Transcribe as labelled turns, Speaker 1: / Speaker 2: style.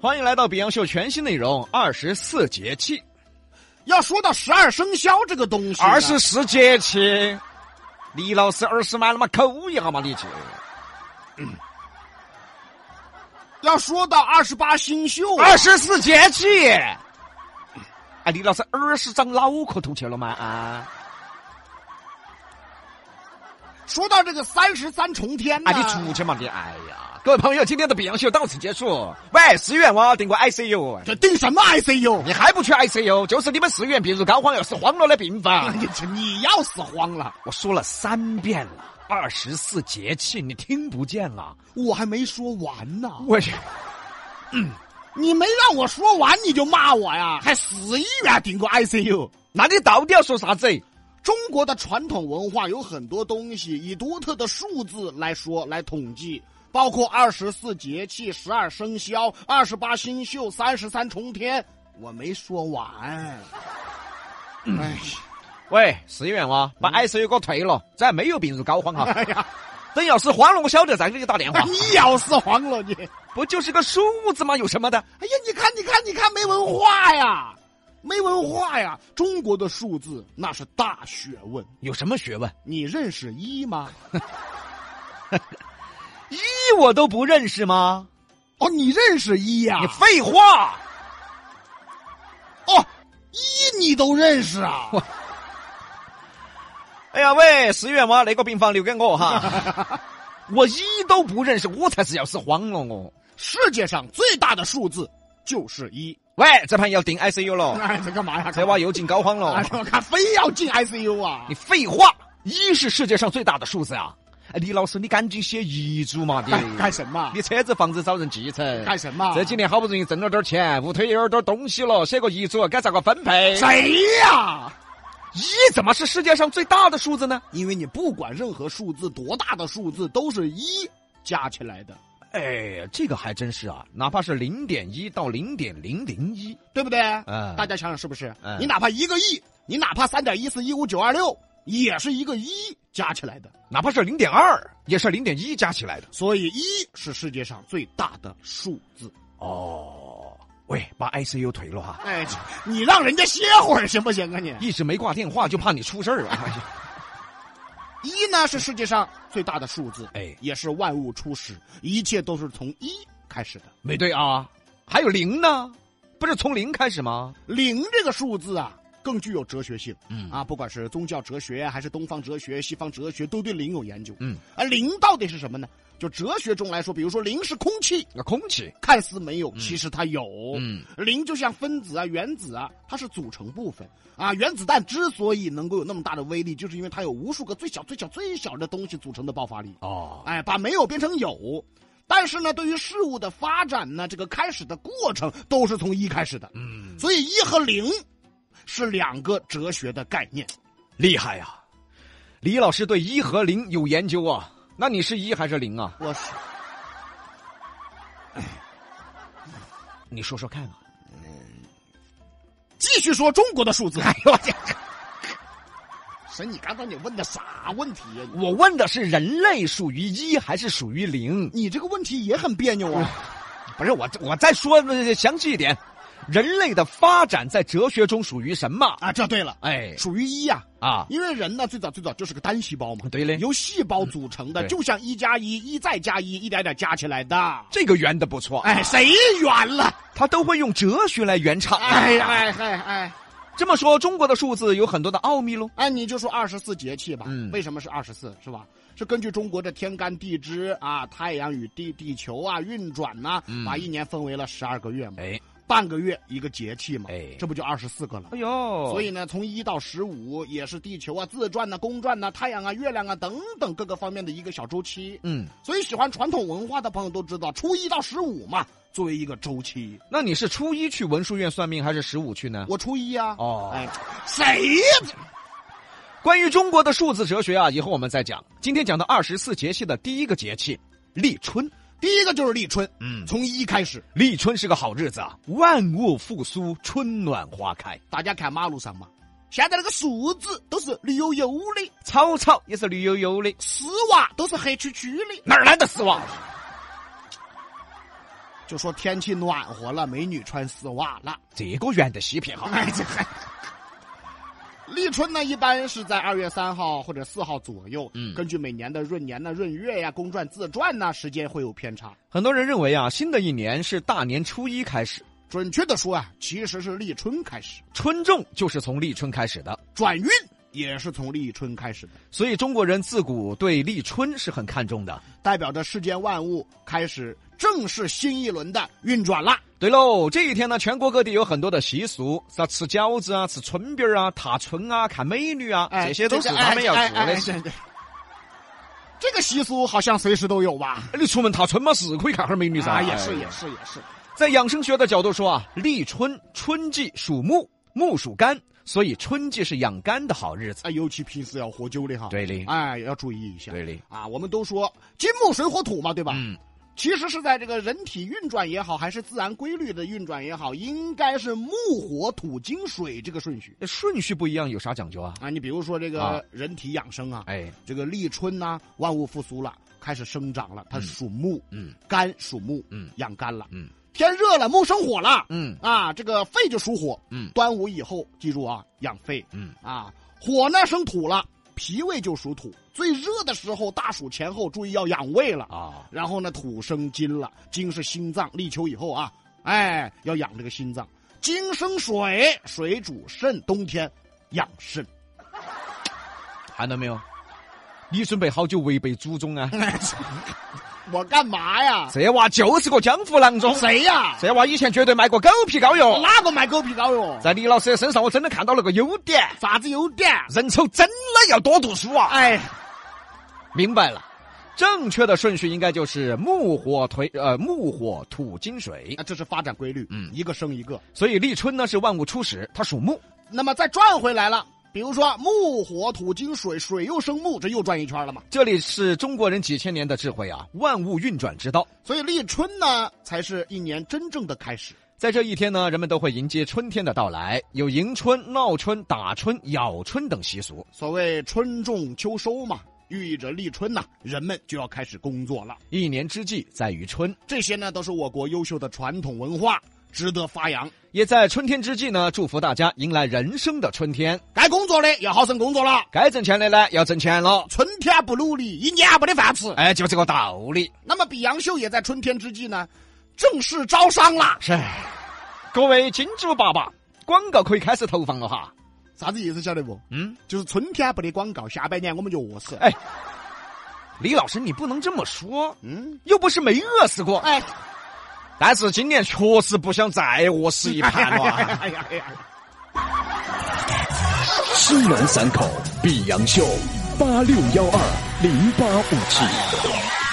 Speaker 1: 欢迎来到《比洋秀》全新内容二十四节气，
Speaker 2: 要说到十二生肖这个东西呢，
Speaker 1: 二十四节气。李老师耳屎满了嘛，抠一下嘛，你去。
Speaker 2: 要说到二十八星宿啊，
Speaker 1: 二十四节气。哎，李老师耳屎长脑壳头去了嘛？啊，
Speaker 2: 说到这个三十三重天呢，
Speaker 1: 哎，你出去嘛，你！哎呀，各位朋友，今天的《比洋秀》到此结束。喂，思源哇，订个 ICU。
Speaker 2: 这定什么 ICU？
Speaker 1: 你还不去 ICU，就是你们寺院病入膏肓要死慌了的病房。
Speaker 2: 你这你要死慌了，
Speaker 1: 我说了三遍了，二十四节气你听不见啊了？
Speaker 2: 我还没说完呢，
Speaker 1: 我去，
Speaker 2: 你没让我说完你就骂我呀，还死医院顶个 ICU。
Speaker 1: 那你到底要说啥子？
Speaker 2: 中国的传统文化有很多东西以独特的数字来说来统计，包括二十四节气、十二生肖、二十八星宿、三十三重天。我没说完，哎，
Speaker 1: 喂，寺院哇，把 ICU 给我退了，咱没有病入膏肓哈。
Speaker 2: 哎呀，
Speaker 1: 等要是慌了，我晓得再给你打电话。
Speaker 2: 你要死黄了你！
Speaker 1: 啊
Speaker 2: 哎
Speaker 1: 不就是个数字吗？有什么的？
Speaker 2: 哎呀，你看，你看，你看，没文化呀，没文化呀！中国的数字那是大学问，
Speaker 1: 有什么学问？
Speaker 2: 你认识一吗？
Speaker 1: 一我都不认识吗？
Speaker 2: 哦，你认识一呀、
Speaker 1: 你废话！
Speaker 2: 哦，一你都认识啊？
Speaker 1: 哎呀，喂，寺院哇，那个病房留给我哈。我一都不认识，我才是哦要死慌了我。
Speaker 2: 世界上最大的数字就是一。
Speaker 1: 喂，这盘要订 ICU 了，
Speaker 2: 哎，这 干嘛呀？
Speaker 1: 这娃又进膏肓 了
Speaker 2: 哎。我看非要进 ICU 啊
Speaker 1: 你！废话，一是世界上最大的数字啊！哎李老师，你赶紧写遗嘱 嘛，你
Speaker 2: 干干什么
Speaker 1: 你？车子、房子找人继承，
Speaker 2: 干什么
Speaker 1: 这几年好不容易挣了点钱，屋头也有点东西了，写个遗嘱该咋个分配？
Speaker 2: 谁呀、
Speaker 1: 一怎么是世界上最大的数字呢？
Speaker 2: 因为你不管任何数字多大的数字都是一加起来的，
Speaker 1: 哎，这个还真是啊，哪怕是零点一到零点零零一，
Speaker 2: 对不对？
Speaker 1: 嗯
Speaker 2: 大家想想是不是？
Speaker 1: 嗯
Speaker 2: 你哪怕一个亿，你哪怕三点一四一五九二六，也是一个一加起来的。
Speaker 1: 哪怕是零点二，也是零点一加起来的。
Speaker 2: 所以一是世界上最大的数字。
Speaker 1: 哦，喂，把 ICU 退了哈，
Speaker 2: 哎，你让人家歇会儿行不行啊你？
Speaker 1: 一直没挂电话，就怕你出事儿了。哎呀
Speaker 2: 一呢是世界上最大的数字，
Speaker 1: 哎
Speaker 2: 也是万物初始，一切都是从一开始的。
Speaker 1: 没对啊，还有零呢，不是从零开始吗？
Speaker 2: 零这个数字啊，更具有哲学性。
Speaker 1: 嗯
Speaker 2: 啊，不管是宗教哲学啊还是东方哲学、西方哲学，都对零有研究。
Speaker 1: 嗯，
Speaker 2: 而零到底是什么呢？就哲学中来说，比如说零是空气，
Speaker 1: 那空气，
Speaker 2: 看似没有，其实它有。
Speaker 1: 嗯，
Speaker 2: 零就像分子啊、原子啊，它是组成部分啊。原子弹之所以能够有那么大的威力，就是因为它有无数个最小、最小、最小的东西组成的爆发力。
Speaker 1: 哦，
Speaker 2: 哎，把没有变成有。但是呢，对于事物的发展呢，这个开始的过程都是从一开始的，
Speaker 1: 嗯，
Speaker 2: 所以一和零是两个哲学的概念。
Speaker 1: 厉害呀、李老师对一和零有研究啊，那你是一还是零啊？
Speaker 2: 我是
Speaker 1: 你说说看啊。
Speaker 2: 继续说中国的数字。哎呦我去！ 神，你刚才你问的啥问题呀、
Speaker 1: 我问的是人类属于一还是属于零？
Speaker 2: 你你这个问题也很别扭啊！
Speaker 1: 不是我，我再说呃详细一点，人类的发展在哲学中属于什么？
Speaker 2: 啊，这对了，
Speaker 1: 哎
Speaker 2: 属于一呀、
Speaker 1: 啊，
Speaker 2: 因为人呢，最早最早就是个单细胞嘛，
Speaker 1: 对嘞
Speaker 2: 由细胞组成的，
Speaker 1: 对
Speaker 2: 就像一加一，一再加一，一点点加起来的。
Speaker 1: 这个圆的不错，
Speaker 2: 哎，谁圆了？
Speaker 1: 他都会用哲学来圆场。
Speaker 2: 哎呀，哎哎哎
Speaker 1: 这么说，中国的数字有很多的奥秘喽。
Speaker 2: 哎，你就说二十四节气吧，
Speaker 1: 嗯
Speaker 2: 为什么是二十四？是吧？是根据中国的天干地支啊、太阳与地地球啊运转呐、
Speaker 1: 嗯
Speaker 2: 把一年分为了十二个月嘛，
Speaker 1: 哎，
Speaker 2: 半个月一个节气嘛，
Speaker 1: 哎
Speaker 2: 这不就二十四个了？
Speaker 1: 哎呦，
Speaker 2: 所以呢，从一到十五也是地球啊、自转呐、公转呐、太阳啊、月亮啊等等各个方面的一个小周期。
Speaker 1: 嗯，
Speaker 2: 所以喜欢传统文化的朋友都知道，初一到十五嘛，作为一个周期。
Speaker 1: 那你是初一去文殊院算命，还是十五去呢？
Speaker 2: 我初一啊，
Speaker 1: 哦
Speaker 2: 哎，谁呀、
Speaker 1: 关于中国的数字哲学啊，以后我们再讲。今天讲到二十四节气的第一个节气立春，
Speaker 2: 第一个就是立春，
Speaker 1: 嗯，
Speaker 2: 从一开始，
Speaker 1: 立春是个好日子啊，万物复苏，春暖花开，
Speaker 2: 大家看马路上嘛，现在那个树子都是绿油油的，
Speaker 1: 草草也是绿油油的，
Speaker 2: 丝袜都是黑黢黢的，
Speaker 1: 哪儿来的丝袜？
Speaker 2: 就说天气暖和了，美女穿丝袜了。
Speaker 1: 这个圆的稀撇哈。
Speaker 2: 哎，这还。立春呢，一般是在二月三号或者四号左右。
Speaker 1: 嗯
Speaker 2: 根据每年的闰年呢、闰月呀、公转自转呢，时间会有偏差。
Speaker 1: 很多人认为啊，新的一年是大年初一开始，
Speaker 2: 准确的说啊，其实是立春开始，
Speaker 1: 春种就是从立春开始的，
Speaker 2: 转运也是从立春开始的，
Speaker 1: 所以中国人自古对立春是很看重的。
Speaker 2: 代表着世间万物开始正式新一轮的运转啦。
Speaker 1: 对喽，这一天呢，全国各地有很多的习俗，啥吃饺子啊、吃春饼儿啊、踏春啊、看美女啊，
Speaker 2: 哎，
Speaker 1: 这些都是
Speaker 2: 个
Speaker 1: 他们要
Speaker 2: 哎
Speaker 1: 做
Speaker 2: 哎
Speaker 1: 的
Speaker 2: 哎
Speaker 1: 事。
Speaker 2: 哎哎这个习俗好像随时都有吧？
Speaker 1: 哎你出门踏春嘛，是可以看哈儿美女噻。
Speaker 2: 啊，也是
Speaker 1: 哎
Speaker 2: 也是也是。
Speaker 1: 在养生学的角度说啊，立春春季属木，木属肝，所以春季是养肝的好日子。
Speaker 2: 哎，尤其平时要喝酒的哈，
Speaker 1: 对的
Speaker 2: 哎，要注意一下。
Speaker 1: 对的
Speaker 2: 啊，我们都说金木水火土嘛，对吧？
Speaker 1: 嗯，
Speaker 2: 其实是在这个人体运转也好，还是自然规律的运转也好，应该是木火土金水这个顺序
Speaker 1: 顺序不一样有啥讲究啊？
Speaker 2: 啊。你比如说这
Speaker 1: 啊
Speaker 2: 个人体养生啊，
Speaker 1: 哎，
Speaker 2: 这个立春呐、万物复苏了，开始生长了，它属木，
Speaker 1: 嗯
Speaker 2: 肝属木，
Speaker 1: 嗯
Speaker 2: 养肝了，
Speaker 1: 嗯，
Speaker 2: 天热了，木生火了，
Speaker 1: 嗯
Speaker 2: 啊，这个肺就属火，
Speaker 1: 嗯
Speaker 2: 端午以后记住啊，养肺，
Speaker 1: 嗯，
Speaker 2: 啊，火呢生土了，脾胃就属土，最热的时候大暑前后注意要养胃了。
Speaker 1: 啊，
Speaker 2: 然后呢，土生金了，金是心脏，立秋以后啊，哎，要养这个心脏。金生水，水主肾，冬天养肾。
Speaker 1: 看到没有？你准备好久违背祖宗啊？
Speaker 2: 嗯我干嘛呀？
Speaker 1: 这娃就是个江湖郎中，
Speaker 2: 谁呀？
Speaker 1: 这娃以前绝对卖过狗皮膏药。
Speaker 2: 哪个卖狗皮膏药？
Speaker 1: 在李老师的身上，我真的看到了个优点，
Speaker 2: 啥子有点？
Speaker 1: 人丑真的要多读书啊！
Speaker 2: 哎，
Speaker 1: 明白了，正确的顺序应该就是木火腿呃木火土金水，
Speaker 2: 这是发展规律，
Speaker 1: 嗯
Speaker 2: 一个生一个。
Speaker 1: 所以立春呢是万物初始，它属木。
Speaker 2: 那么再转回来了，比如说木火土金水，水又生木，这又转一圈了嘛。
Speaker 1: 这里是中国人几千年的智慧啊，万物运转之道。
Speaker 2: 所以立春呢，才是一年真正的开始。
Speaker 1: 在这一天呢，人们都会迎接春天的到来，有迎春、闹春、打春、咬春等习俗。
Speaker 2: 所谓春种秋收嘛，寓意着立春呐、人们就要开始工作了。
Speaker 1: 一年之计在于春，
Speaker 2: 这些呢，都是我国优秀的传统文化，值得发扬。
Speaker 1: 也在春天之际呢，祝福大家迎来人生的春天。
Speaker 2: 该工作的要好生工作了，
Speaker 1: 该挣钱的呢，要挣钱了。
Speaker 2: 春天不努力，一年没得饭吃。
Speaker 1: 哎，就这个道理。
Speaker 2: 那么，比杨秀也在春天之际呢，正式招商啦。
Speaker 1: 是，哎各位金主爸爸，广告可以开始投放了哈。
Speaker 2: 啥子意思晓得不？
Speaker 1: 嗯，
Speaker 2: 就是春天不得广告，下半年我们就饿死。
Speaker 1: 哎李老师，你不能这么说，
Speaker 2: 嗯，
Speaker 1: 又不是没饿死过，
Speaker 2: 哎，
Speaker 1: 但是今年确实不想再饿死一盘了啊。
Speaker 2: 哎呀哎呀，
Speaker 3: 西南三口碧阳秀八六幺二零八五七。